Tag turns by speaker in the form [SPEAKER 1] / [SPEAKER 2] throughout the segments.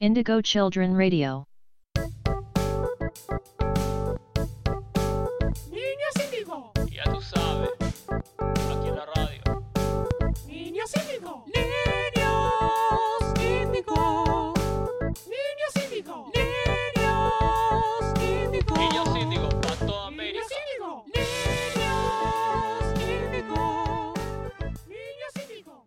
[SPEAKER 1] Indigo Children Radio.
[SPEAKER 2] Niños índigo,
[SPEAKER 3] Ya tú sabes, aquí en la radio.
[SPEAKER 2] niños índigo, niños índigo, niños índigo, niños índigo,
[SPEAKER 3] Y yo sí digo, para toda América.
[SPEAKER 2] niños índigo, niños índigo, niños índigo,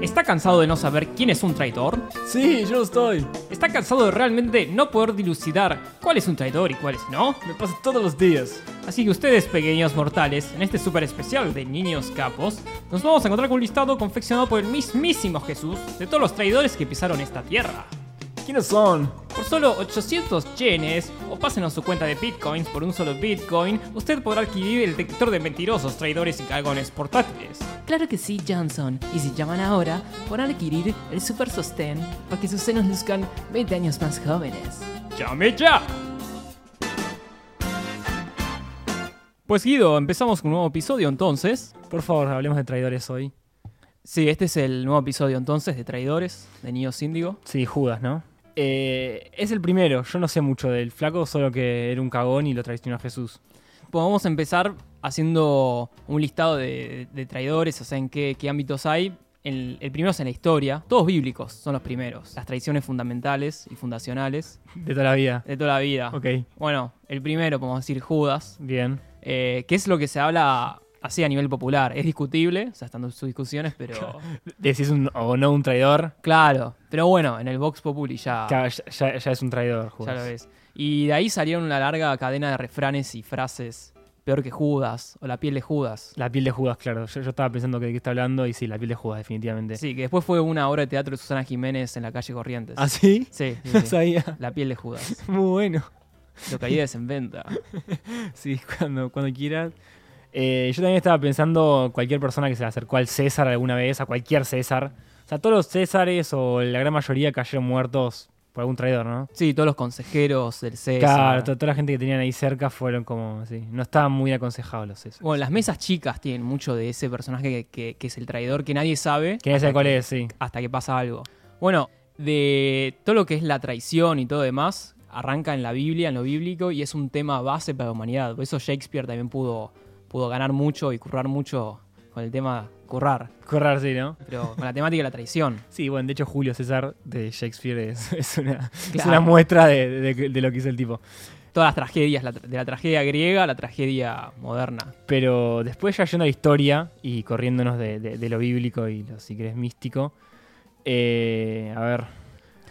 [SPEAKER 4] ¿Está cansado de no saber quién es un traidor?
[SPEAKER 5] Sí, yo estoy.
[SPEAKER 4] ¿Está cansado de realmente no poder dilucidar cuál es un traidor y cuál es no?
[SPEAKER 5] Me pasa todos los días.
[SPEAKER 4] Así que ustedes, pequeños mortales, en este super especial de Niños Capos, nos vamos a encontrar con un listado confeccionado por el mismísimo Jesús de todos los traidores que pisaron esta tierra.
[SPEAKER 5] ¿Quiénes son?
[SPEAKER 4] Por solo 800 yenes, o pásenos su cuenta de bitcoins por un solo bitcoin, usted podrá adquirir el detector de mentirosos, traidores y cargones portátiles.
[SPEAKER 6] Claro que sí, Johnson. Y si llaman ahora, podrán adquirir el super sostén para que sus senos luzcan 20 años más jóvenes.
[SPEAKER 4] ¡Llame ya! Pues Guido, empezamos con un nuevo episodio entonces.
[SPEAKER 5] Por favor, hablemos de traidores hoy.
[SPEAKER 4] Sí, este es el nuevo episodio entonces de Traidores, de Niños Índigo.
[SPEAKER 5] Sí, Judas, ¿no? Eh, es el primero. Yo no sé mucho del flaco, solo que era un cagón y lo traicionó a Jesús.
[SPEAKER 4] Pues vamos a empezar haciendo un listado de, de traidores, o sea, en qué, qué ámbitos hay. El, el primero es en la historia. Todos bíblicos son los primeros. Las traiciones fundamentales y fundacionales
[SPEAKER 5] De toda la vida.
[SPEAKER 4] de toda la vida.
[SPEAKER 5] Ok,
[SPEAKER 4] Bueno, el primero, podemos decir Judas,
[SPEAKER 5] bien.
[SPEAKER 4] eh, que es lo que se habla así a nivel popular. Es discutible, o sea, están sus discusiones, pero...
[SPEAKER 5] De si es un, o no un traidor,
[SPEAKER 4] Claro, pero bueno, en el Vox Populi ya,
[SPEAKER 5] ca- ya, ya- ya es un traidor,
[SPEAKER 4] ya
[SPEAKER 5] Judas.
[SPEAKER 4] lo ves. Y de ahí salieron una larga cadena de refranes y frases. Peor que Judas, o la piel de Judas.
[SPEAKER 5] La piel de Judas, claro. Yo, yo estaba pensando que de qué está hablando y sí, la piel de Judas, definitivamente.
[SPEAKER 4] Sí, que después fue una obra de teatro de Susana Jiménez en la calle Corrientes.
[SPEAKER 5] ¿Ah, sí?
[SPEAKER 4] Sí, sí,
[SPEAKER 5] No
[SPEAKER 4] sí.
[SPEAKER 5] sabía.
[SPEAKER 4] La piel de Judas.
[SPEAKER 5] Muy bueno.
[SPEAKER 4] Lo caídas en venta.
[SPEAKER 5] Sí, cuando, cuando quieras. Eh, yo también estaba pensando cualquier persona que se le acercó al César alguna vez, a cualquier César. O sea, todos los Césares o la gran mayoría cayeron muertos por algún traidor, ¿no?
[SPEAKER 4] Sí, todos los consejeros del César.
[SPEAKER 5] Claro, to- toda la gente que tenían ahí cerca fueron como así. No estaban muy aconsejados los Césares.
[SPEAKER 4] Bueno, las mesas chicas tienen mucho de ese personaje que, que- que es el traidor, que nadie sabe
[SPEAKER 5] Que ya sé cuál es, sí.
[SPEAKER 4] hasta que pasa algo. Bueno, de todo lo que es la traición y todo demás, arranca en la Biblia, en lo bíblico, y es un tema base para la humanidad. Por eso Shakespeare también pudo, pudo ganar mucho y currar mucho con el tema currar,
[SPEAKER 5] Correr, sí, ¿no?
[SPEAKER 4] pero con la temática de la traición.
[SPEAKER 5] Sí, bueno, de hecho Julio César de Shakespeare es, es una, es
[SPEAKER 4] Claro.
[SPEAKER 5] una muestra de, de- de lo que hizo el tipo.
[SPEAKER 4] Todas las tragedias, la tra- de la tragedia griega a la tragedia moderna.
[SPEAKER 5] Pero después ya yendo a la historia y corriéndonos de, de- de lo bíblico y lo, si querés, místico. eh, a ver.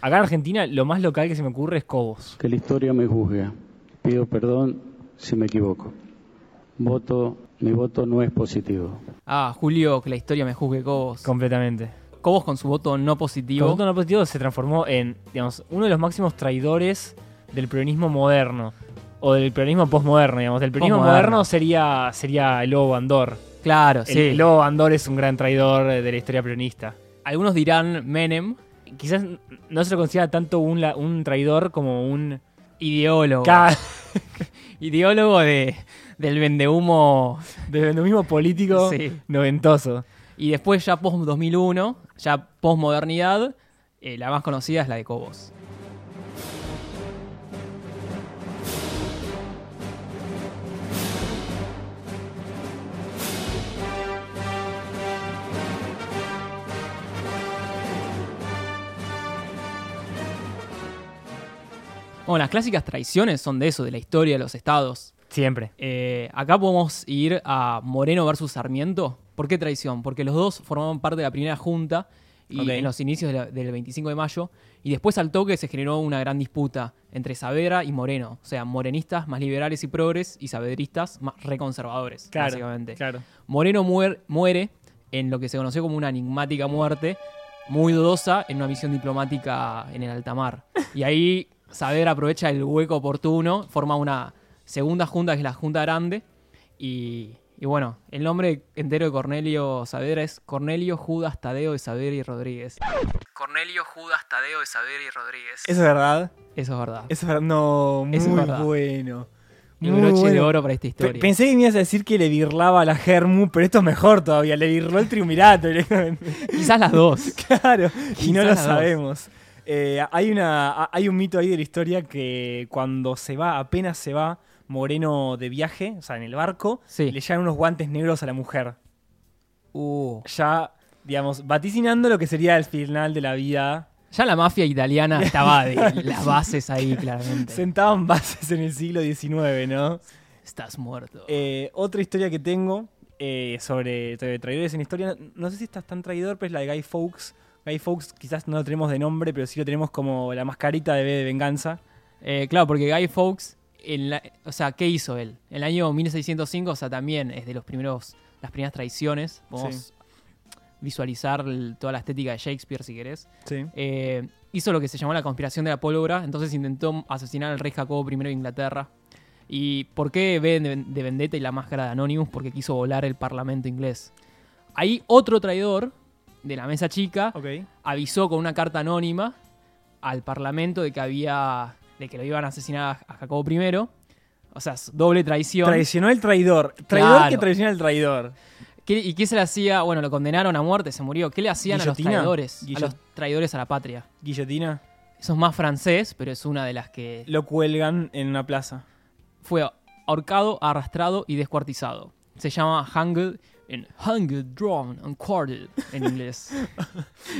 [SPEAKER 5] Acá en Argentina lo más local que se me ocurre es Cobos.
[SPEAKER 7] Que la historia me juzgue. Pido perdón si me equivoco. Voto, mi voto no es positivo.
[SPEAKER 4] Ah, Julio, que la historia me juzgue Cobos.
[SPEAKER 5] Completamente.
[SPEAKER 4] Cobos con su voto no positivo.
[SPEAKER 5] Cobos no positivo se transformó en, digamos, uno de los máximos traidores del peronismo moderno. O del peronismo postmoderno, digamos. Del peronismo
[SPEAKER 4] Postmoderno.
[SPEAKER 5] moderno sería, sería el Lobo Andor.
[SPEAKER 4] Claro, sí.
[SPEAKER 5] El Lobo Andor es un gran traidor eh, de la historia peronista.
[SPEAKER 4] Algunos dirán Menem,
[SPEAKER 5] Quizás no se lo considera tanto un, la- un traidor como un...
[SPEAKER 4] ideólogo.
[SPEAKER 5] Ca-
[SPEAKER 4] ideólogo de, del vendehumo.
[SPEAKER 5] Desde lo mismo político
[SPEAKER 4] Sí.
[SPEAKER 5] noventoso.
[SPEAKER 4] Y después ya post 2001, ya postmodernidad, eh, la más conocida es la de Cobos. Bueno, las clásicas traiciones son de eso, de la historia de los estados.
[SPEAKER 5] Siempre.
[SPEAKER 4] Eh, acá podemos ir a Moreno versus Sarmiento. ¿Por qué traición? Porque los dos formaban parte de la primera junta y
[SPEAKER 5] Ok.
[SPEAKER 4] en los inicios de la- del 25 de mayo. Y después al toque se generó una gran disputa entre Saavedra y Moreno. O sea, morenistas más liberales y progres y saavedristas más reconservadores, básicamente.
[SPEAKER 5] Claro.
[SPEAKER 4] Moreno muer- muere en lo que se conoció como una enigmática muerte, muy dudosa, en una misión diplomática en el altamar. Y ahí Saavedra aprovecha el hueco oportuno, forma una segunda junta, que es la Junta Grande. Y, y bueno, el nombre entero de Cornelio Saavedra es Cornelio Judas Tadeo de Saavedra y Rodríguez. Cornelio Judas Tadeo de Saavedra y Rodríguez.
[SPEAKER 5] Eso es verdad.
[SPEAKER 4] Eso es verdad.
[SPEAKER 5] Eso es verdad. No, muy
[SPEAKER 4] Eso es verdad.
[SPEAKER 5] bueno.
[SPEAKER 4] el
[SPEAKER 5] Muy
[SPEAKER 4] broche de
[SPEAKER 5] bueno.
[SPEAKER 4] oro para esta
[SPEAKER 5] Pe-
[SPEAKER 4] historia.
[SPEAKER 5] Pensé que me ibas a decir que le birlaba a la Germu, pero esto es mejor todavía. Le birló el triunvirato.
[SPEAKER 4] Quizás las dos.
[SPEAKER 5] Claro, y no
[SPEAKER 4] Quizá
[SPEAKER 5] lo
[SPEAKER 4] las dos.
[SPEAKER 5] sabemos. Eh, hay, una, hay un mito ahí de la historia que cuando se va, apenas se va Moreno de viaje, o sea, en el barco,
[SPEAKER 4] Sí.
[SPEAKER 5] le llegan unos guantes negros a la mujer.
[SPEAKER 4] Uh,
[SPEAKER 5] Ya, digamos, vaticinando lo que sería el final de la vida.
[SPEAKER 4] ya la mafia italiana estaba de las bases ahí, claramente.
[SPEAKER 5] Sentaban bases en el siglo XIX, ¿no?
[SPEAKER 4] Estás muerto.
[SPEAKER 5] Eh, otra historia que tengo eh, sobre, sobre traidores en historia, no, no sé si estás tan traidor, pero es la de Guy Fawkes. Guy Fawkes quizás no lo tenemos de nombre, pero sí lo tenemos como la mascarita de V de venganza.
[SPEAKER 4] Eh, claro, porque Guy Fawkes, en la- o sea, ¿qué hizo él? En el año 1605, o sea, también es de los primeros, las primeras traiciones. Podemos
[SPEAKER 5] Sí.
[SPEAKER 4] visualizar el- toda la estética de Shakespeare, si querés.
[SPEAKER 5] Sí.
[SPEAKER 4] Eh, hizo lo que se llamó la conspiración de la pólvora, entonces intentó asesinar al rey Jacobo I de Inglaterra. ¿Y por qué ven de, de Vendetta y la máscara de Anonymous? Porque quiso volar el parlamento inglés. Hay otro traidor de la mesa chica
[SPEAKER 5] Ok.
[SPEAKER 4] avisó con una carta anónima al Parlamento de que había de que lo iban a asesinar a a Jacobo I. O sea, es doble traición.
[SPEAKER 5] Traicionó al traidor. Traidor
[SPEAKER 4] Claro.
[SPEAKER 5] que traiciona al traidor.
[SPEAKER 4] ¿Qué- ¿Y qué se le hacía? Bueno, lo condenaron a muerte, se murió. ¿Qué le hacían a los
[SPEAKER 5] Guillotina.
[SPEAKER 4] traidores?
[SPEAKER 5] Guillo-
[SPEAKER 4] A los traidores a la patria.
[SPEAKER 5] Guillotina.
[SPEAKER 4] Eso es más francés, pero es una de las que
[SPEAKER 5] Lo cuelgan en una plaza.
[SPEAKER 4] fue ahorcado, arrastrado y descuartizado. Se llama hanged, en hanged, drawn and quartered en inglés.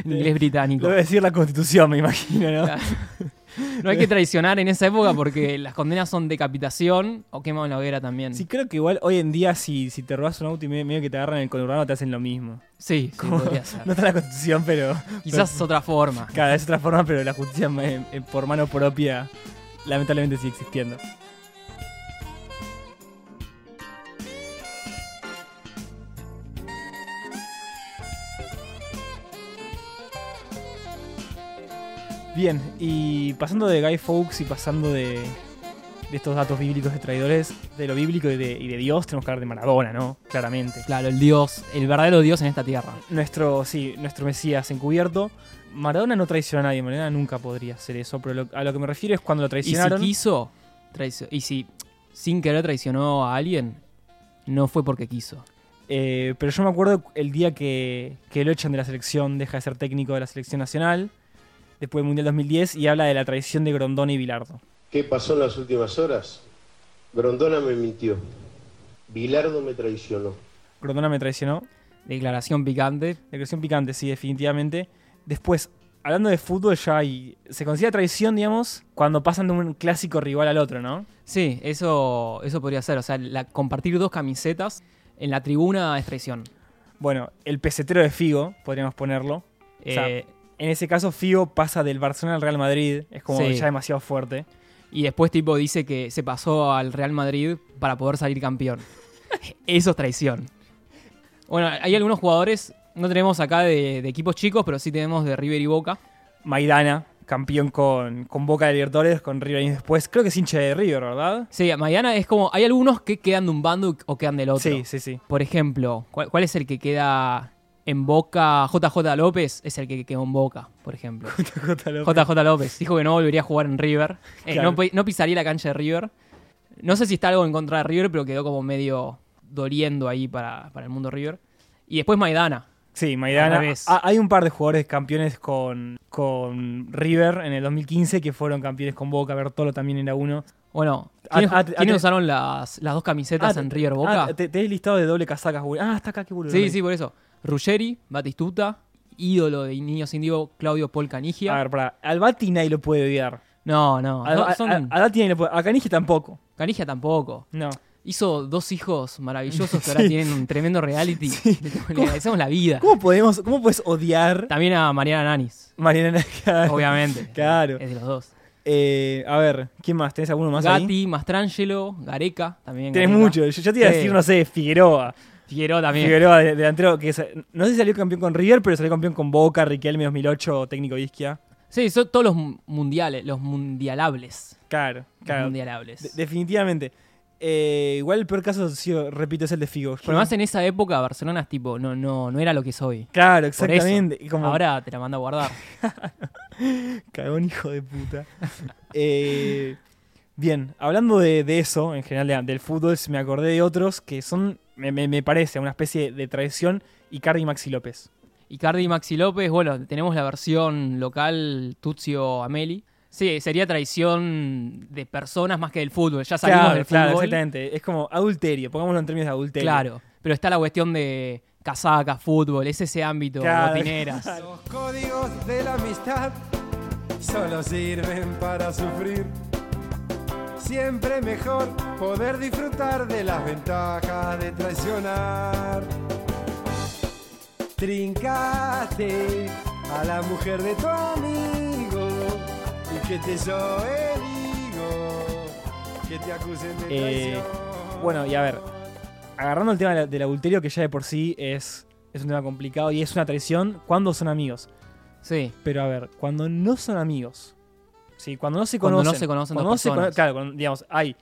[SPEAKER 4] en inglés británico.
[SPEAKER 5] Lo debe decir la constitución, me imagino, ¿no?
[SPEAKER 4] Claro. No hay que traicionar en esa época porque las condenas son decapitación o quema en la hoguera también.
[SPEAKER 5] Sí,
[SPEAKER 4] Sí,
[SPEAKER 5] creo que igual hoy en día si, si te robas un auto y medio, medio que te agarran en el conurbano te hacen lo mismo.
[SPEAKER 4] sí, podría ser.
[SPEAKER 5] No está la constitución, pero...
[SPEAKER 4] Quizás es otra forma.
[SPEAKER 5] Claro, es otra forma, pero la justicia eh, eh, por mano propia lamentablemente sigue existiendo. Bien, y pasando de Guy Fawkes y pasando de, de estos datos bíblicos de traidores, de lo bíblico y de, y de Dios, tenemos que hablar de Maradona, ¿no? Claramente.
[SPEAKER 4] Claro, el dios, el verdadero dios en esta tierra.
[SPEAKER 5] Nuestro, sí, nuestro Mesías encubierto. Maradona no traicionó a nadie, Maradona nunca podría hacer eso, pero lo- a lo que me refiero es cuando lo
[SPEAKER 4] Y si
[SPEAKER 5] traicionaron.
[SPEAKER 4] quiso, traicio- y si sin querer traicionó a alguien, no fue porque quiso.
[SPEAKER 5] eh, pero yo me acuerdo el día que, que lo echan de la selección, deja de ser técnico de la selección nacional, después del Mundial 2010, y habla de la traición de Grondón y Bilardo.
[SPEAKER 8] ¿Qué pasó en las últimas horas? Grondona me mintió. Bilardo me traicionó.
[SPEAKER 5] Grondona me traicionó,
[SPEAKER 4] Declaración picante.
[SPEAKER 5] declaración picante, sí, definitivamente. Después, hablando de fútbol, ya hay, se considera traición, digamos, cuando pasan de un clásico rival al otro, ¿no?
[SPEAKER 4] Sí, eso, eso podría ser. O sea, la- compartir dos camisetas en la tribuna es traición.
[SPEAKER 5] Bueno, el pesetero de Figo, podríamos ponerlo. O sea,
[SPEAKER 4] Eh,
[SPEAKER 5] En ese caso, Figo pasa del Barcelona al Real Madrid. Es como
[SPEAKER 4] Sí.
[SPEAKER 5] ya demasiado fuerte.
[SPEAKER 4] Y después, tipo, dice que se pasó al Real Madrid para poder salir campeón. Eso es traición. Bueno, hay algunos jugadores, no tenemos acá de, de equipos chicos, pero sí tenemos de River y Boca.
[SPEAKER 5] Maidana, campeón con, con Boca de Libertadores, con River años después. Creo que es hincha de River, ¿verdad?
[SPEAKER 4] Sí, Mariana es como, hay algunos que quedan de un bando o quedan del otro.
[SPEAKER 5] Sí, sí, sí.
[SPEAKER 4] Por ejemplo, ¿cuál, cuál es el que queda en Boca? JJ López es el que quedó en Boca, por ejemplo.
[SPEAKER 5] JJ López.
[SPEAKER 4] JJ López dijo que no volvería a jugar en River. Eh,
[SPEAKER 5] Claro.
[SPEAKER 4] no, pi- no pisaría la cancha de River. No sé si está algo en contra de River, pero quedó como medio doliendo ahí para, para el mundo River. Y después Maidana.
[SPEAKER 5] Sí, Maidana.
[SPEAKER 4] Al revés.
[SPEAKER 5] Ah, hay un par de jugadores campeones con, con River en el 2015 que fueron campeones con Boca. Bertolo también era uno.
[SPEAKER 4] Bueno, ¿quiénes,
[SPEAKER 5] Ah, ah,
[SPEAKER 4] quiénes
[SPEAKER 5] ah,
[SPEAKER 4] usaron las, las dos camisetas
[SPEAKER 5] Ah,
[SPEAKER 4] en River Boca?
[SPEAKER 5] Ah, te, te he listado de doble casacas, boludo. Ah, está acá, qué boludo.
[SPEAKER 4] sí, sí, por eso. Ruggeri, Batistuta, ídolo de Niños Indigo, Claudio Paul
[SPEAKER 5] A
[SPEAKER 4] Canigia.
[SPEAKER 5] ver, pará. Al Bati nadie lo puede odiar.
[SPEAKER 4] No, no.
[SPEAKER 5] Al-
[SPEAKER 4] no,
[SPEAKER 5] a-
[SPEAKER 4] son-
[SPEAKER 5] a- al Bati nadie lo puede. A Canigia tampoco.
[SPEAKER 4] Canigia tampoco.
[SPEAKER 5] No.
[SPEAKER 4] Hizo dos hijos maravillosos que ahora
[SPEAKER 5] Sí.
[SPEAKER 4] tienen un tremendo reality. Le agradecemos la vida.
[SPEAKER 5] ¿Cómo podemos, cómo puedes odiar
[SPEAKER 4] También a Mariana Nanis.
[SPEAKER 5] Mariana claro.
[SPEAKER 4] Obviamente.
[SPEAKER 5] Claro.
[SPEAKER 4] Es de los dos.
[SPEAKER 5] Eh, a ver, ¿quién más? ¿Tenés alguno más ahí?
[SPEAKER 4] Gatti, Mastrangelo, Gareca también.
[SPEAKER 5] Tenés
[SPEAKER 4] Gareca.
[SPEAKER 5] mucho. Yo, yo te iba a
[SPEAKER 4] Sí.
[SPEAKER 5] decir, no sé, Figueroa.
[SPEAKER 4] Figueroa también.
[SPEAKER 5] Figueroa, de- delantero, que sa- no sé si salió campeón con River, pero salió campeón con Boca, Riquelme 2008, técnico de Isquia.
[SPEAKER 4] Sí, son todos los mu- mundiales, los mundialables.
[SPEAKER 5] Claro,
[SPEAKER 4] Los
[SPEAKER 5] claro.
[SPEAKER 4] mundialables.
[SPEAKER 5] De- definitivamente. Eh, igual el peor caso, sí, repito, es el de Figo.
[SPEAKER 4] Pero además en esa época Barcelona es tipo, no, no, no era lo que soy.
[SPEAKER 5] Claro,
[SPEAKER 4] Por eso.
[SPEAKER 5] exactamente. Y como,
[SPEAKER 4] Ahora te la manda a guardar.
[SPEAKER 5] Cagón, hijo de puta. Eh, Bien, hablando de, de eso, en general de- del fútbol, me acordé de otros que son, me, me- me parece, una especie de traición Icardi y Maxi López.
[SPEAKER 4] Icardi y Maxi López, bueno, tenemos la versión local Tuzio Ameli. Sí, sería traición de personas más que del fútbol. Ya salimos del
[SPEAKER 5] claro,
[SPEAKER 4] fútbol.
[SPEAKER 5] exactamente. Es como adulterio, pongámoslo en términos de adulterio.
[SPEAKER 4] Claro, pero está la cuestión de casacas, fútbol, es ese ámbito,
[SPEAKER 5] Claro.
[SPEAKER 4] botineras.
[SPEAKER 9] Los códigos de la amistad solo sirven para sufrir. Siempre mejor poder disfrutar de las ventajas de traicionar. Trincaste a la mujer de tu amigo y que te yo digo que te acusen de
[SPEAKER 5] Eh,
[SPEAKER 9] traición.
[SPEAKER 5] Bueno, y a ver, agarrando el tema del- del adulterio, que ya de por sí es, es un tema complicado y es una traición, cuando son amigos?
[SPEAKER 4] Sí,
[SPEAKER 5] Pero a ver, cuando no son amigos, ¿sí? cuando no se
[SPEAKER 4] Cuando no
[SPEAKER 5] conocen.
[SPEAKER 4] se conocen
[SPEAKER 5] cuando
[SPEAKER 4] dos
[SPEAKER 5] no se cono-
[SPEAKER 4] personas.
[SPEAKER 5] Claro, cuando, digamos, hay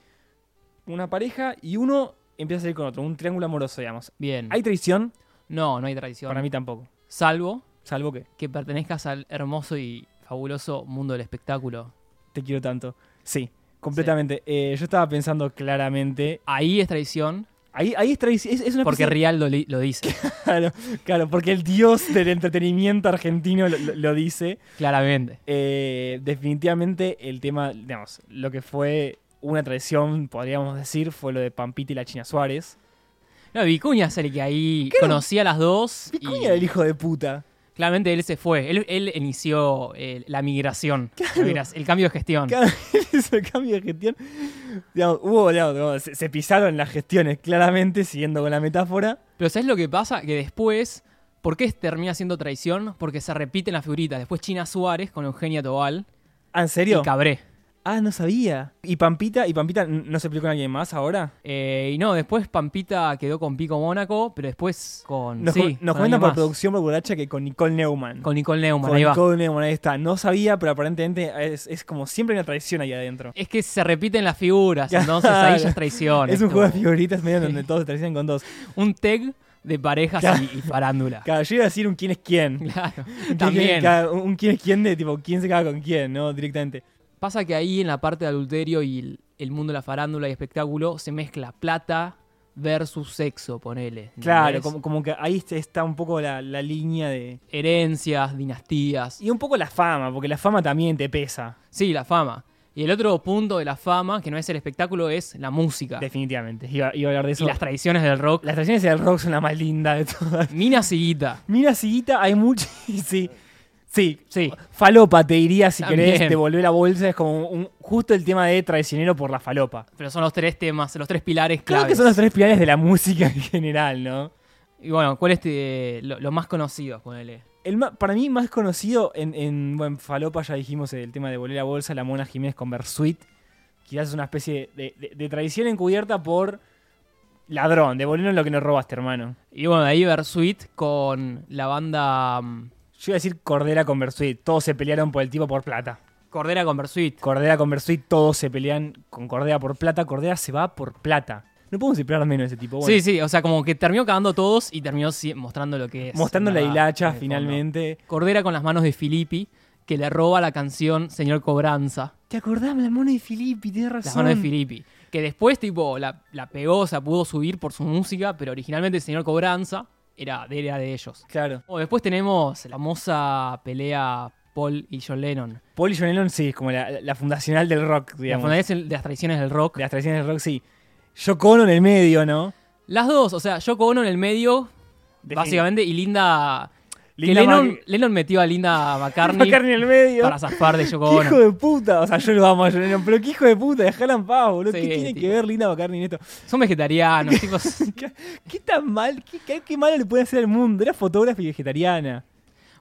[SPEAKER 5] una pareja y uno empieza a salir con otro, un triángulo amoroso, digamos.
[SPEAKER 4] bien.
[SPEAKER 5] ¿Hay traición?
[SPEAKER 4] No, no hay traición.
[SPEAKER 5] Para mí tampoco.
[SPEAKER 4] Salvo
[SPEAKER 5] Salvo que
[SPEAKER 4] que pertenezcas al hermoso y fabuloso mundo del espectáculo.
[SPEAKER 5] te quiero tanto. Sí, completamente. Eh, yo estaba pensando claramente.
[SPEAKER 4] Ahí es traición
[SPEAKER 5] Ahí, ahí es traición. Es, es una
[SPEAKER 4] porque
[SPEAKER 5] especie-
[SPEAKER 4] Rialdo li- lo dice,
[SPEAKER 5] Claro, claro, porque el dios del entretenimiento argentino lo- lo- lo dice.
[SPEAKER 4] claramente.
[SPEAKER 5] Eh, definitivamente el tema, digamos, lo que fue una traición, podríamos decir, fue lo de Pampita y la China Suárez.
[SPEAKER 4] No, Vicuña es el que ahí
[SPEAKER 5] Claro.
[SPEAKER 4] conocía a las dos. y-
[SPEAKER 5] Vicuña era el hijo de puta.
[SPEAKER 4] Claramente él se fue. Él, él inició eh, la migración, la migra- el cambio de gestión.
[SPEAKER 5] Cada vez hizo el cambio de gestión. Digamos, hubo, digamos, digamos, se, se pisaron las gestiones, claramente, siguiendo con la metáfora.
[SPEAKER 4] Pero ¿sabes lo que pasa? Que después, ¿por qué termina siendo traición? Porque se repiten las figuritas. Después China Suárez con Eugenia Tobal
[SPEAKER 5] Ah, ¿en
[SPEAKER 4] y
[SPEAKER 5] serio?
[SPEAKER 4] Cabré.
[SPEAKER 5] Ah, no sabía. ¿Y Pampita? ¿Y Pampita n- no se peleó con alguien más ahora?
[SPEAKER 4] Eh, y no, después Pampita quedó con Pico Mónaco, pero después con.
[SPEAKER 5] Nos,
[SPEAKER 4] sí,
[SPEAKER 5] com- nos
[SPEAKER 4] con
[SPEAKER 5] cuentan
[SPEAKER 4] alguien
[SPEAKER 5] por
[SPEAKER 4] más.
[SPEAKER 5] producción por Buracha que con Nicole Neumann.
[SPEAKER 4] Con Nicole Neumann,
[SPEAKER 5] Con
[SPEAKER 4] ahí va.
[SPEAKER 5] Nicole Neumann, ahí está. No sabía, pero aparentemente es, es como siempre hay una traición ahí adentro.
[SPEAKER 4] Es que se repiten las figuras, entonces ahí ya es traición.
[SPEAKER 5] Es un
[SPEAKER 4] esto.
[SPEAKER 5] juego de figuritas medio donde todos se traicionan con dos.
[SPEAKER 4] Un tag de parejas
[SPEAKER 5] Claro.
[SPEAKER 4] y, y farándula.
[SPEAKER 5] Claro, yo iba a decir un quién es quién.
[SPEAKER 4] Claro,
[SPEAKER 5] Un quién es quién,
[SPEAKER 4] también.
[SPEAKER 5] cada- un quién es quién de tipo quién se caga con quién, ¿no? Directamente.
[SPEAKER 4] Pasa que ahí en la parte de adulterio y el, el mundo de la farándula y espectáculo se mezcla plata versus sexo, ponele.
[SPEAKER 5] Claro,
[SPEAKER 4] ¿entendés?
[SPEAKER 5] como, como que ahí se- está un poco la, la línea de.
[SPEAKER 4] Herencias, dinastías.
[SPEAKER 5] Y un poco la fama, porque la fama también te pesa,
[SPEAKER 4] Sí, la fama. Y el otro punto de la fama, que no es el espectáculo, es la música.
[SPEAKER 5] definitivamente. Iba, iba a hablar de
[SPEAKER 4] Y
[SPEAKER 5] eso.
[SPEAKER 4] las tradiciones del rock.
[SPEAKER 5] Las traiciones del rock son la más linda de todas.
[SPEAKER 4] Mina Siguita.
[SPEAKER 5] Mira, Siguita, hay muchas. Sí. Sí,
[SPEAKER 4] Sí.
[SPEAKER 5] Falopa te diría si
[SPEAKER 4] También.
[SPEAKER 5] querés devolver la bolsa. Es como un- justo el tema de traicionero por la falopa.
[SPEAKER 4] Pero son los tres temas, los tres pilares
[SPEAKER 5] Creo
[SPEAKER 4] claves.
[SPEAKER 5] que son los tres pilares de la música en general, ¿no?
[SPEAKER 4] Y bueno, ¿cuál es este, lo, lo más conocido, ponele?
[SPEAKER 5] El ma- para mí más conocido en, en bueno, Falopa ya dijimos el tema de volver a bolsa, la Mona Jiménez con Bersuit. Quizás es una especie de, de- de traición encubierta por ladrón, devolvernos lo que nos robaste, hermano.
[SPEAKER 4] Y bueno, de ahí Versuit con la banda mm,
[SPEAKER 5] Yo iba a decir Cordera con Bersuit, todos se pelearon por el tipo por plata.
[SPEAKER 4] Cordera con Versuit.
[SPEAKER 5] Cordera con Bersuit, todos se pelean con Cordera por plata, Cordera se va por plata. No podemos esperar menos de ese tipo. bueno.
[SPEAKER 4] Sí, sí, o sea, como que terminó cagando todos y terminó sí, mostrando lo que es.
[SPEAKER 5] mostrando la
[SPEAKER 4] ¿verdad? En
[SPEAKER 5] hilacha
[SPEAKER 4] el fondo.
[SPEAKER 5] finalmente.
[SPEAKER 4] Cordera con las manos de Filippi, que le roba la canción Señor Cobranza.
[SPEAKER 5] ¿Te acordás, la mona de Filippi? Tienes razón.
[SPEAKER 4] Las manos de Filippi. Que después, tipo, la, la pegó, o sea, pudo subir por su música, pero originalmente Señor Cobranza era, era de ellos.
[SPEAKER 5] Claro.
[SPEAKER 4] O después tenemos la famosa pelea Paul y John Lennon.
[SPEAKER 5] Paul y John Lennon, sí, es como la, la fundacional del rock,
[SPEAKER 4] La
[SPEAKER 5] digamos.
[SPEAKER 4] fundación de las tradiciones del rock.
[SPEAKER 5] De las tradiciones del rock, sí. Yo cono en el medio, ¿no?
[SPEAKER 4] Las dos, o sea, Yoko Ono en el medio,
[SPEAKER 5] Defin-
[SPEAKER 4] básicamente, y Linda...
[SPEAKER 5] Linda
[SPEAKER 4] que Lennon,
[SPEAKER 5] Mac-
[SPEAKER 4] Lennon metió a Linda McCartney,
[SPEAKER 5] McCartney en el medio.
[SPEAKER 4] para zafar de Yoko
[SPEAKER 5] ¡Qué
[SPEAKER 4] Ono.
[SPEAKER 5] hijo de puta! O sea, yo lo amo a John Lennon, pero qué hijo de puta, dejala en paz, boludo. ¿Qué
[SPEAKER 4] Sí,
[SPEAKER 5] tiene
[SPEAKER 4] tipo.
[SPEAKER 5] que ver Linda McCartney en esto?
[SPEAKER 4] Son vegetarianos, chicos.
[SPEAKER 5] ¿Qué, qué tan mal, qué, qué, qué malo le puede hacer al mundo? Era fotógrafa y vegetariana.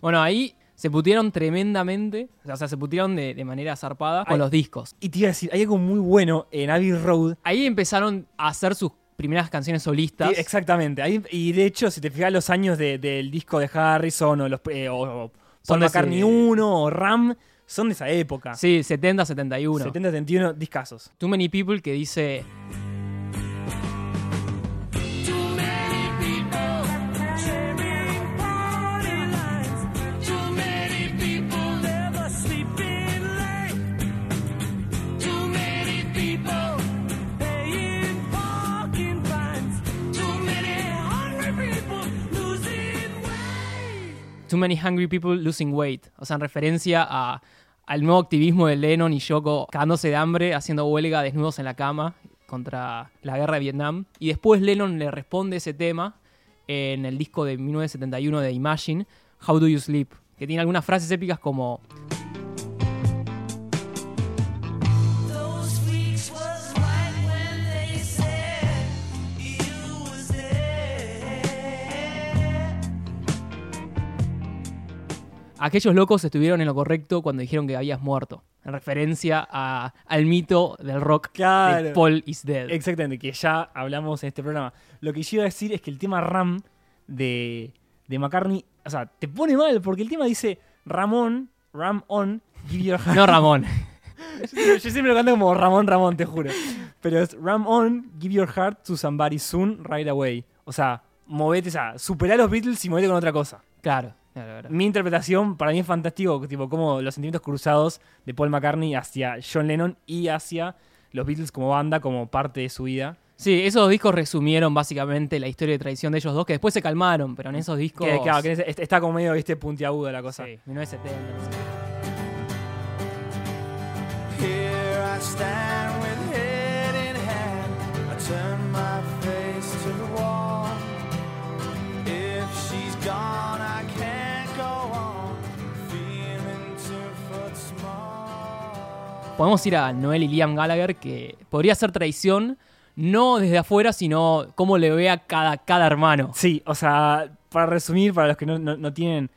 [SPEAKER 4] Bueno, ahí se putieron tremendamente, o sea, se putieron de, de manera zarpada con
[SPEAKER 5] Ay.
[SPEAKER 4] los discos.
[SPEAKER 5] Y te iba a decir, hay algo muy bueno en Abbey Road
[SPEAKER 4] Ahí empezaron a hacer sus primeras canciones solistas.
[SPEAKER 5] Sí, exactamente. Ahí- y de hecho, si te fijas los años de- del disco de Harrison o los eh, o, o
[SPEAKER 4] Son
[SPEAKER 5] Paul
[SPEAKER 4] de
[SPEAKER 5] McCartney
[SPEAKER 4] ese-
[SPEAKER 5] 1 o Ram, son de esa época.
[SPEAKER 4] Sí, 70, 71.
[SPEAKER 5] 70, 71 discazos.
[SPEAKER 4] Too Many People que dice...
[SPEAKER 2] Too many people
[SPEAKER 4] Too Many Hungry People Losing Weight. O sea, en referencia a- al nuevo activismo de Lennon y Yoko cagándose de hambre, haciendo huelga desnudos en la cama contra la guerra de Vietnam. Y después Lennon le responde ese tema en el disco de 1971 de Imagine, How Do You Sleep, que tiene algunas frases épicas como Aquellos locos estuvieron en lo correcto cuando dijeron que habías muerto. En referencia a- al mito del rock de
[SPEAKER 5] Claro.
[SPEAKER 4] Paul is Dead.
[SPEAKER 5] Exactamente, que ya hablamos en este programa. Lo que yo iba a decir es que el tema Ram de, de McCartney, o sea, te pone mal porque el tema dice Ramón, Ram on, give your heart.
[SPEAKER 4] No Ramón.
[SPEAKER 5] yo, yo siempre lo canto como Ramón, Ramón, te juro. Pero es Ram on, give your heart to somebody soon, right away. O sea, movete, o sea, superá a los Beatles y movete con otra cosa.
[SPEAKER 4] Claro. claro, claro.
[SPEAKER 5] Mi interpretación para mí es fantástico, tipo, como los sentimientos cruzados de Paul McCartney hacia John Lennon y hacia los Beatles como banda, como parte de su vida.
[SPEAKER 4] Sí, esos dos discos resumieron básicamente la historia de traición de ellos dos, que después se calmaron, pero en esos discos...
[SPEAKER 5] Que, claro, que es- est- está como medio este puntiagudo la cosa.
[SPEAKER 4] Sí, 1970. no sé.
[SPEAKER 9] Here I stand with head in hand. I turn my face to the wall. If she's gone, I can't go on. Feeling two foot small.
[SPEAKER 4] Podemos ir a Noel y Liam Gallagher, que podría ser traición, no desde afuera, sino cómo le ve a cada, cada hermano.
[SPEAKER 5] Sí, o sea, para resumir, para los que no, no- no tienen.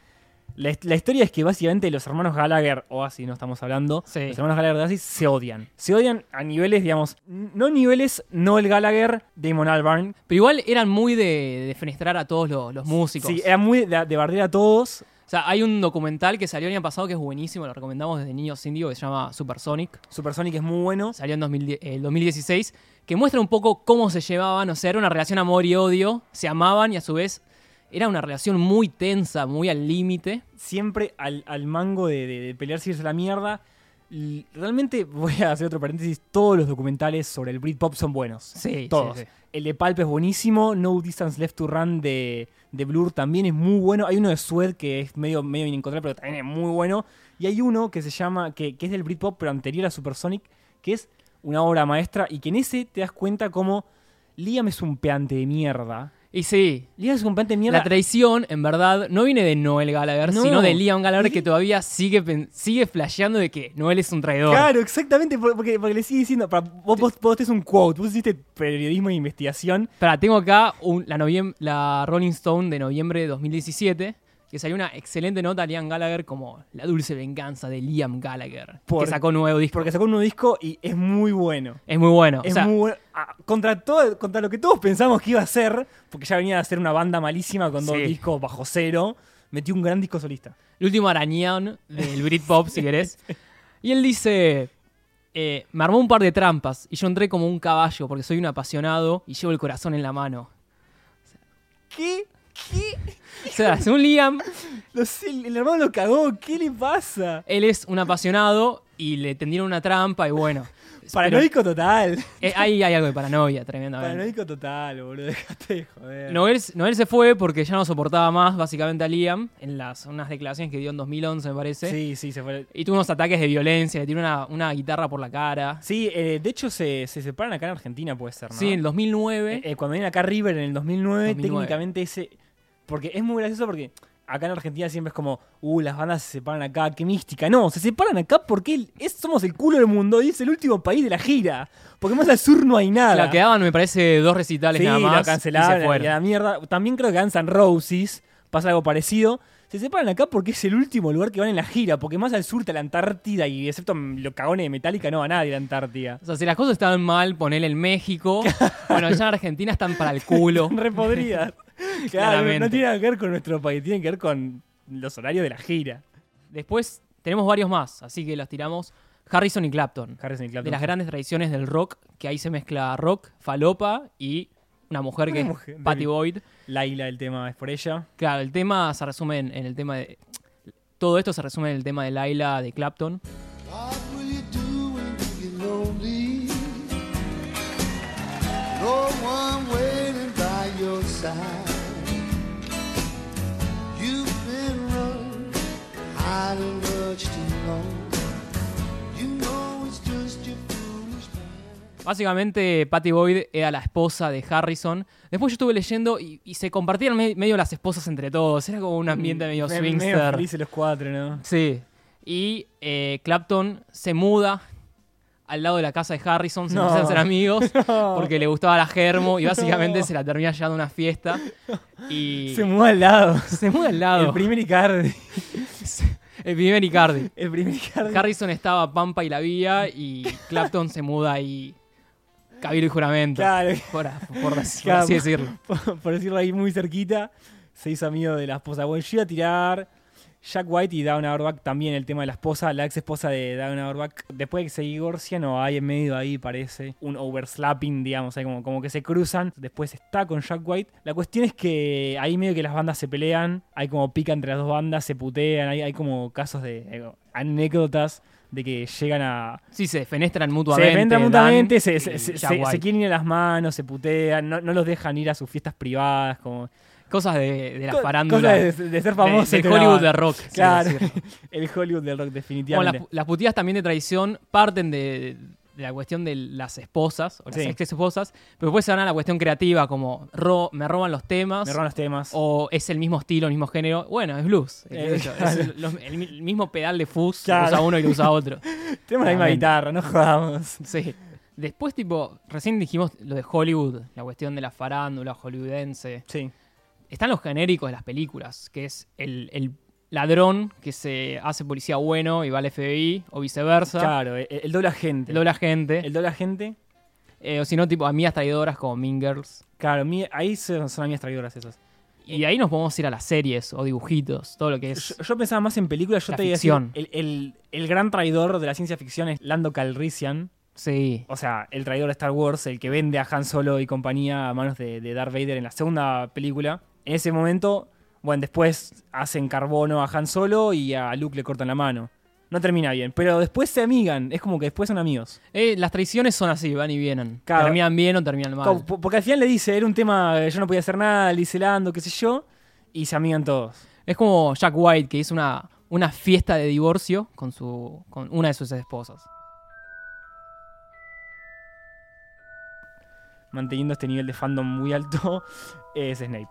[SPEAKER 5] La, hist- la historia es que básicamente los hermanos Gallagher, o así no estamos hablando,
[SPEAKER 4] Sí.
[SPEAKER 5] los hermanos Gallagher de Oasis se odian. Se odian a niveles, digamos, n- no niveles, no el Gallagher, Damon Albarn.
[SPEAKER 4] Pero igual eran muy de, de fenestrar a todos los, los músicos.
[SPEAKER 5] Sí, era muy de, de bardear a todos.
[SPEAKER 4] O sea, hay un documental que salió el año pasado que es buenísimo, lo recomendamos desde Niños Indio, que se llama Supersonic.
[SPEAKER 5] Supersonic es muy bueno.
[SPEAKER 4] Salió en 2010 eh, el 2016, que muestra un poco cómo se llevaban, o sea, era una relación amor y odio, se amaban y a su vez era una relación muy tensa, muy al límite.
[SPEAKER 5] siempre al, al mango de, de- de pelearse y irse a la mierda. Y Realmente voy a hacer otro paréntesis. Todos los documentales sobre el Britpop son buenos.
[SPEAKER 4] Sí,
[SPEAKER 5] todos.
[SPEAKER 4] sí, sí.
[SPEAKER 5] El de Palp es buenísimo. No Distance Left to Run de, de Blur también es muy bueno. Hay uno de Sued que es medio, medio inencontrable, pero también es muy bueno. Y hay uno que se llama, que, que es del Britpop, pero anterior a Supersonic, que es una obra maestra. Y que en ese te das cuenta como Liam es un peante de mierda.
[SPEAKER 4] Y sí,
[SPEAKER 5] Liam es un peante de mierda.
[SPEAKER 4] la traición en verdad no viene de Noel Gallagher,
[SPEAKER 5] No.
[SPEAKER 4] sino de Liam Gallagher que todavía sigue, pen- sigue flasheando de que Noel es un traidor.
[SPEAKER 5] Claro, exactamente, por- porque, porque le sigue diciendo, para, vos, vos, vos tenés un quote, vos hiciste periodismo e investigación.
[SPEAKER 4] Pará, tengo acá un- la, noviem- la Rolling Stone de noviembre de 2017, que salió una excelente nota a Liam Gallagher como La dulce venganza de Liam Gallagher,
[SPEAKER 5] Por-
[SPEAKER 4] que sacó un nuevo disco.
[SPEAKER 5] Porque sacó un nuevo disco y es muy bueno.
[SPEAKER 4] es muy bueno.
[SPEAKER 5] Es
[SPEAKER 4] o sea,
[SPEAKER 5] muy bueno. Ah, Contra, todo, contra lo que todos pensamos que iba a ser, porque ya venía a ser una banda malísima con dos
[SPEAKER 4] Sí.
[SPEAKER 5] discos bajo cero, metió un gran disco solista.
[SPEAKER 4] el último arañón del Britpop, si querés. Y él dice, eh, me armó un par de trampas y yo entré como un caballo porque soy un apasionado y llevo el corazón en la mano.
[SPEAKER 5] ¿Qué? ¿Qué?
[SPEAKER 4] O sea, según Liam,
[SPEAKER 5] No sé, el, el hermano lo cagó, ¿qué le pasa?
[SPEAKER 4] él es un apasionado y le tendieron una trampa y bueno. pero-
[SPEAKER 5] Paranoico total.
[SPEAKER 4] eh, ahí hay algo de paranoia tremendamente.
[SPEAKER 5] Paranoico total, boludo, dejate de joder.
[SPEAKER 4] Noel, Noel se fue porque ya no soportaba más, básicamente, a Liam en las, unas declaraciones que dio en 2011, me parece.
[SPEAKER 5] sí, sí, se fue.
[SPEAKER 4] Y tuvo unos ataques de violencia, le tiró una, una guitarra por la cara.
[SPEAKER 5] Sí, eh, de hecho se, se separan acá en Argentina, puede ser, ¿no?
[SPEAKER 4] Sí, en 2009.
[SPEAKER 5] Eh, eh, cuando viene acá a River en el 2009,
[SPEAKER 4] 2009.
[SPEAKER 5] técnicamente ese. Porque es muy gracioso porque acá en Argentina siempre es como, uh, las bandas se separan acá, qué mística. No, se separan acá porque el- es- somos el culo del mundo y es el último país de la gira. Porque más al sur no hay nada.
[SPEAKER 4] la quedaban, me parece, dos recitales
[SPEAKER 5] sí,
[SPEAKER 4] nada más.
[SPEAKER 5] lo cancelaron
[SPEAKER 4] y se
[SPEAKER 5] y a
[SPEAKER 4] fueron.
[SPEAKER 5] la mierda. También creo que Guns N' Roses pasa algo parecido. Se separan acá porque es el último lugar que van en la gira. Porque más al sur está la Antártida y excepto mm, los cagones de Metallica no va nadie a la Antártida.
[SPEAKER 4] O sea, si las cosas estaban mal, ponele en México. bueno, ya en Argentina están para el culo.
[SPEAKER 5] repodridas. claro,
[SPEAKER 4] Claramente.
[SPEAKER 5] no tiene nada que ver con nuestro país, tiene que ver con los horarios de la gira.
[SPEAKER 4] Después tenemos varios más, así que los tiramos. Harrison y Clapton.
[SPEAKER 5] Harrison y Clapton.
[SPEAKER 4] De las grandes tradiciones del rock, que ahí se mezcla rock, falopa y una mujer
[SPEAKER 5] Una
[SPEAKER 4] que
[SPEAKER 5] mujer,
[SPEAKER 4] es Patty
[SPEAKER 5] Debbie.
[SPEAKER 4] Boyd.
[SPEAKER 5] Laila, el tema es por ella.
[SPEAKER 4] Claro, el tema se resume en, en el tema de. Todo esto se resume en el tema de Laila de Clapton.
[SPEAKER 9] What will you do when you get lonely? No one waiting by your side. You've been running.
[SPEAKER 10] fighting much too long. You know it's just your foolish plan.
[SPEAKER 4] Básicamente, Patty Boyd era la esposa de Harrison. Después yo estuve leyendo y, y se compartían me- medio las esposas entre todos. Era como un ambiente medio
[SPEAKER 5] Mm, Me-
[SPEAKER 4] swingster.
[SPEAKER 5] medio felices los cuatro, ¿no?
[SPEAKER 4] Sí. Y eh, Clapton se muda al lado de la casa de Harrison, se
[SPEAKER 5] No.
[SPEAKER 4] empiezan a ser amigos
[SPEAKER 5] No.
[SPEAKER 4] porque le gustaba la germo y básicamente
[SPEAKER 5] No.
[SPEAKER 4] se la termina llevando a una fiesta y
[SPEAKER 5] Se muda al lado.
[SPEAKER 4] se muda al
[SPEAKER 5] El
[SPEAKER 4] lado.
[SPEAKER 5] primer Icardi.
[SPEAKER 4] El primer Icardi.
[SPEAKER 5] El primer Icardi.
[SPEAKER 4] Harrison estaba a Pampa y la Vía y Clapton se muda ahí Cabildo y juramento.
[SPEAKER 5] Claro.
[SPEAKER 4] Por, por- por así
[SPEAKER 5] Claro.
[SPEAKER 4] decirlo.
[SPEAKER 5] por, por decirlo ahí muy cerquita, se hizo amigo de la esposa. Bueno, yo iba a tirar Jack White y Down Auerbach también el tema de la esposa, la ex esposa de Down Auerbach. Después de que se divorcian, o hay en medio ahí, parece un overslapping, digamos, ahí como, como que se cruzan. Después está con Jack White. La cuestión es que ahí medio que las bandas se pelean, hay como pica entre las dos bandas, se putean, hay, hay como casos de eh, anécdotas de que llegan a,
[SPEAKER 4] Sí, se fenestran
[SPEAKER 5] se
[SPEAKER 4] mutuamente.
[SPEAKER 5] enfrentan
[SPEAKER 4] Dan
[SPEAKER 5] mutuamente, se,
[SPEAKER 4] y
[SPEAKER 5] se- se-
[SPEAKER 4] Jack
[SPEAKER 5] se-
[SPEAKER 4] White.
[SPEAKER 5] se quieren ir a las manos, se putean, no, no los dejan ir a sus fiestas privadas, como
[SPEAKER 4] Cosas de, de las
[SPEAKER 5] co-
[SPEAKER 4] farándulas.
[SPEAKER 5] cosas de, de ser famoso.
[SPEAKER 4] del
[SPEAKER 5] este,
[SPEAKER 4] Hollywood
[SPEAKER 5] no.
[SPEAKER 4] de rock, sí,
[SPEAKER 5] Claro,
[SPEAKER 4] decirlo.
[SPEAKER 5] el Hollywood del rock,
[SPEAKER 4] Bueno,
[SPEAKER 5] definitivamente.
[SPEAKER 4] las, las puteadas también de traición parten de, de la cuestión de las esposas, o las
[SPEAKER 5] Sí.
[SPEAKER 4] ex esposas, pero después se van a la cuestión creativa, como ro- me roban los temas,
[SPEAKER 5] Me roban los temas.
[SPEAKER 4] o es el mismo estilo, el mismo género. Bueno, es blues. qué
[SPEAKER 5] Eh,
[SPEAKER 4] sé yo, Es el, los- el mi- el mismo pedal de fuzz
[SPEAKER 5] Claro.
[SPEAKER 4] que usa uno y lo usa otro.
[SPEAKER 5] Tenemos la misma
[SPEAKER 4] claramente.
[SPEAKER 5] guitarra, no jodamos.
[SPEAKER 4] Sí. Después, tipo, recién dijimos lo de Hollywood, la cuestión de la farándula hollywoodense.
[SPEAKER 5] Sí.
[SPEAKER 4] Están los genéricos de las películas, que es el, el ladrón que se hace policía bueno y va al FBI, o viceversa.
[SPEAKER 5] Claro, el, el doble agente.
[SPEAKER 4] El doble agente.
[SPEAKER 5] El doble agente.
[SPEAKER 4] Eh, o si no, tipo, amigas traidoras como Mean Girls.
[SPEAKER 5] Claro, mi- ahí son, son amigas traidoras esas.
[SPEAKER 4] Y de ahí nos podemos ir a las series o dibujitos, todo lo que es.
[SPEAKER 5] Yo, yo pensaba más en películas, yo
[SPEAKER 4] La
[SPEAKER 5] te iba a decir,
[SPEAKER 4] ficción.
[SPEAKER 5] el, el- el gran traidor de la ciencia ficción es Lando Calrissian.
[SPEAKER 4] Sí.
[SPEAKER 5] O sea, el traidor de Star Wars, el que vende a Han Solo y compañía a manos de, de Darth Vader en la segunda película. En ese momento, bueno, después hacen carbono a Han Solo y a Luke le cortan la mano. No termina bien, pero después se amigan. Es como que después son amigos.
[SPEAKER 4] Eh, las traiciones son así, van y vienen.
[SPEAKER 5] Claro.
[SPEAKER 4] Terminan bien o terminan mal.
[SPEAKER 5] Como- po- Porque al final le dice, era un tema, eh, yo no podía hacer nada, le dice Lando, qué sé yo, y se amigan todos.
[SPEAKER 4] Es como Jack White que hizo una, una fiesta de divorcio con, su, con una de sus esposas.
[SPEAKER 5] Manteniendo este nivel de fandom muy alto, es Snape.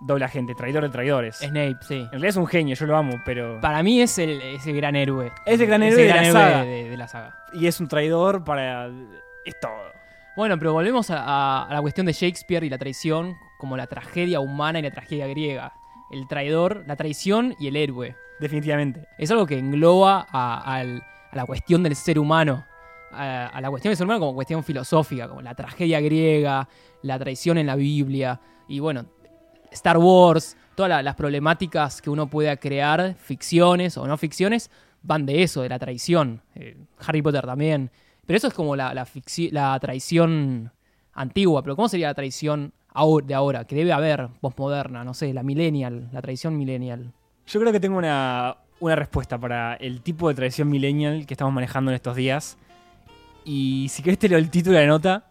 [SPEAKER 5] Doble agente, traidor de traidores.
[SPEAKER 4] Snape, sí.
[SPEAKER 5] En realidad es un genio, yo lo amo, pero...
[SPEAKER 4] Para mí es el, es el gran héroe.
[SPEAKER 5] Es el gran
[SPEAKER 4] Es
[SPEAKER 5] héroe de la saga.
[SPEAKER 4] de- de la saga.
[SPEAKER 5] Y es un traidor para... Es todo.
[SPEAKER 4] Bueno, pero volvemos a, a- a la cuestión de Shakespeare y la traición como la tragedia humana y la tragedia griega. El traidor, la traición y el héroe.
[SPEAKER 5] Definitivamente.
[SPEAKER 4] Es algo que engloba a, al- a la cuestión del ser humano. A, a la cuestión del ser humano como cuestión filosófica, como la tragedia griega, la traición en la Biblia y bueno, Star Wars, todas la- las problemáticas que uno pueda crear, ficciones o no ficciones, van de eso, de la traición. Eh, Harry Potter también. Pero eso es como la, la, ficci- la traición antigua, pero ¿cómo sería la traición aho- de ahora? Que debe haber, postmoderna, no sé, la millennial, la traición millennial.
[SPEAKER 5] Yo creo que tengo una, una respuesta para el tipo de traición millennial que estamos manejando en estos días. Y si querés te leo el título de la nota.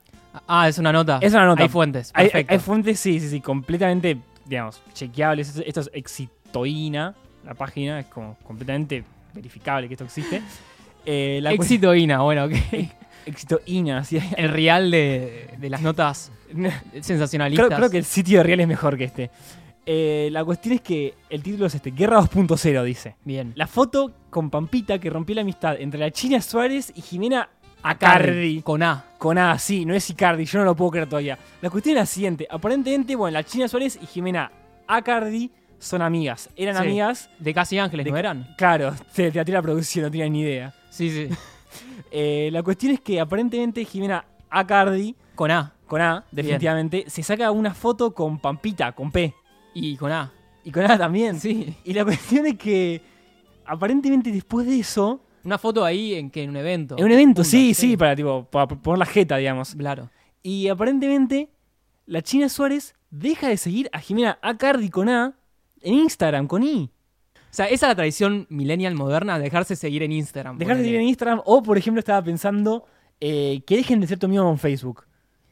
[SPEAKER 4] Ah, es una nota.
[SPEAKER 5] Es una nota.
[SPEAKER 4] Hay fuentes.
[SPEAKER 5] Hay,
[SPEAKER 4] Perfecto.
[SPEAKER 5] hay fuentes, sí, sí, sí, completamente, digamos, chequeables. Esto- Esto es exitoína, la página, es como completamente verificable que esto existe. Eh, la cuestión-
[SPEAKER 4] Exitoína, bueno, ok.
[SPEAKER 5] Exitoína, sí.
[SPEAKER 4] El real de, de las notas sensacionalistas.
[SPEAKER 5] Creo, creo que el sitio de Real es mejor que este. Eh, la cuestión es que el título es este, Guerra 2.0, dice.
[SPEAKER 4] Bien.
[SPEAKER 5] La foto con Pampita que rompió la amistad entre la China Suárez y Jimena Acardi.
[SPEAKER 4] Con A.
[SPEAKER 5] Con A, sí, no es Icardi, yo no lo puedo creer todavía. La cuestión es la siguiente. Aparentemente, bueno, la China Suárez y Jimena Acardi son amigas. Eran
[SPEAKER 4] Sí.
[SPEAKER 5] amigas.
[SPEAKER 4] De Casi Ángeles,
[SPEAKER 5] De-
[SPEAKER 4] ¿no eran?
[SPEAKER 5] Claro, te, te la tira la producción, no tenía ni idea.
[SPEAKER 4] Sí, sí.
[SPEAKER 5] Eh, la cuestión es que aparentemente Jimena Acardi,
[SPEAKER 4] Con A.
[SPEAKER 5] con A, definitivamente, se saca una foto con Pampita, con P.
[SPEAKER 4] Y con A.
[SPEAKER 5] Y con A también.
[SPEAKER 4] Sí.
[SPEAKER 5] Y la cuestión es que aparentemente después de eso,
[SPEAKER 4] Una foto ahí en que en un evento.
[SPEAKER 5] En un evento,
[SPEAKER 4] Juntas,
[SPEAKER 5] sí, sí, para tipo, para poner la jeta, digamos.
[SPEAKER 4] Claro.
[SPEAKER 5] Y aparentemente, la China Suárez deja de seguir a Jimena Acardi con A en Instagram, con I.
[SPEAKER 4] O sea, esa es la tradición millennial moderna, dejarse seguir en Instagram.
[SPEAKER 5] Dejar de
[SPEAKER 4] ponele.
[SPEAKER 5] seguir en Instagram, o por ejemplo, estaba pensando eh, que dejen de ser tu amigo en Facebook.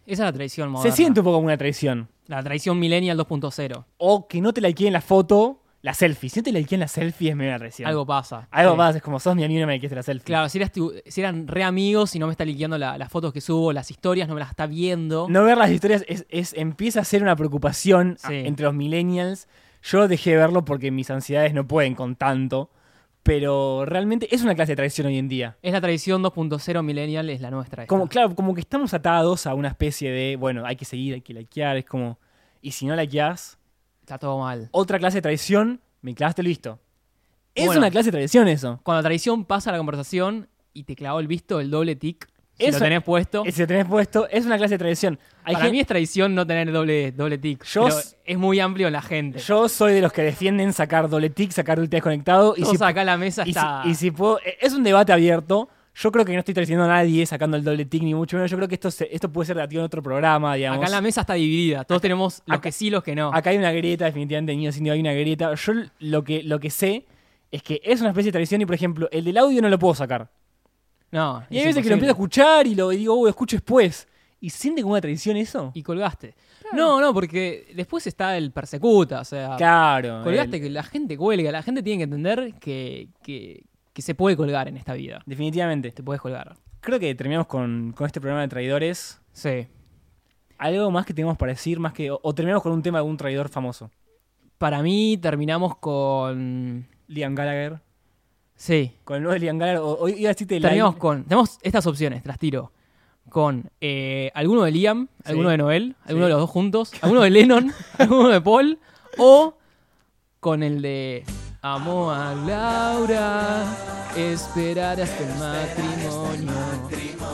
[SPEAKER 4] Esa es la tradición
[SPEAKER 5] Se
[SPEAKER 4] moderna.
[SPEAKER 5] siente un poco como una traición.
[SPEAKER 4] La tradición millennial 2.0.
[SPEAKER 5] O que no te la en la foto, La selfie. Si no te likean la selfie es medio una traición.
[SPEAKER 4] Algo pasa.
[SPEAKER 5] Algo
[SPEAKER 4] Sí.
[SPEAKER 5] más, es como sos mi amigo y no me likeaste la selfie.
[SPEAKER 4] Claro, si, eras tu- si eran re amigos y no me está liqueando las fotos que subo, las historias, no me las está viendo.
[SPEAKER 5] No ver las historias es, es- empieza a ser una preocupación a-
[SPEAKER 4] Sí.
[SPEAKER 5] entre los millennials. Yo dejé de verlo porque mis ansiedades no pueden con tanto. Pero realmente es una clase de traición hoy en día.
[SPEAKER 4] Es la tradición 2.0 millennial, es la nuestra. esta.
[SPEAKER 5] Como, claro, como que estamos atados a una especie de, bueno, hay que seguir, hay que likear. Es como, y si no likeás,
[SPEAKER 4] Está todo mal.
[SPEAKER 5] otra clase de traición, me clavaste el visto. Es
[SPEAKER 4] Bueno.
[SPEAKER 5] una clase de traición eso.
[SPEAKER 4] Cuando la tradición pasa a la conversación y te clavó el visto, el doble tic, si
[SPEAKER 5] Eso-
[SPEAKER 4] lo tenés puesto.
[SPEAKER 5] Eh, Si lo tenés puesto, es una clase de traición. Hay
[SPEAKER 4] para
[SPEAKER 5] gen-
[SPEAKER 4] mí es tradición no tener doble, doble tic.
[SPEAKER 5] Yo
[SPEAKER 4] pero
[SPEAKER 5] s-
[SPEAKER 4] es muy amplio en la gente.
[SPEAKER 5] Yo soy de los que defienden sacar doble tic, sacar el desconectado. Y
[SPEAKER 4] Todos
[SPEAKER 5] si,
[SPEAKER 4] acá en la mesa
[SPEAKER 5] y si-
[SPEAKER 4] está.
[SPEAKER 5] y si puedo. eh, Es un debate abierto. Yo creo que no estoy traicionando a nadie sacando el doble tic, ni mucho menos. Yo creo que esto, se- esto puede ser debatido en otro programa, digamos.
[SPEAKER 4] acá en la mesa está dividida. Todos tenemos los
[SPEAKER 5] acá-
[SPEAKER 4] que sí, los que no.
[SPEAKER 5] Acá hay una grieta, definitivamente, niños indios, hay una grieta. Yo l- lo que, lo que sé es que es una especie de traición y, por ejemplo, el del audio no lo puedo sacar.
[SPEAKER 4] no.
[SPEAKER 5] Y hay
[SPEAKER 4] es
[SPEAKER 5] veces que
[SPEAKER 4] imposible.
[SPEAKER 5] lo empiezo a escuchar y lo y digo, oh, escucho después. ¿Y siente como una traición eso?
[SPEAKER 4] Y colgaste. No, no, porque después está el persecuta. O sea,
[SPEAKER 5] claro.
[SPEAKER 4] colgaste
[SPEAKER 5] el-
[SPEAKER 4] que la gente cuelga. La gente tiene que entender que, que, que se puede colgar en esta vida.
[SPEAKER 5] Definitivamente.
[SPEAKER 4] Te puedes colgar.
[SPEAKER 5] Creo que terminamos con, con este programa de traidores.
[SPEAKER 4] Sí.
[SPEAKER 5] ¿Algo más que tengamos para decir? Más que, o, o terminamos con un tema de un traidor famoso.
[SPEAKER 4] Para mí terminamos con.
[SPEAKER 5] Liam Gallagher.
[SPEAKER 4] Sí.
[SPEAKER 5] Con el nuevo de Liam Gallagher. o- o iba a decirte la-
[SPEAKER 4] Terminamos con. Tenemos estas opciones, te las tiro. Con eh, alguno de Liam, alguno
[SPEAKER 5] Sí.
[SPEAKER 4] de Noel, alguno
[SPEAKER 5] Sí.
[SPEAKER 4] de los dos juntos, alguno de Lennon, alguno de Paul, o con el de Amo a Laura, esperar hasta el matrimonio.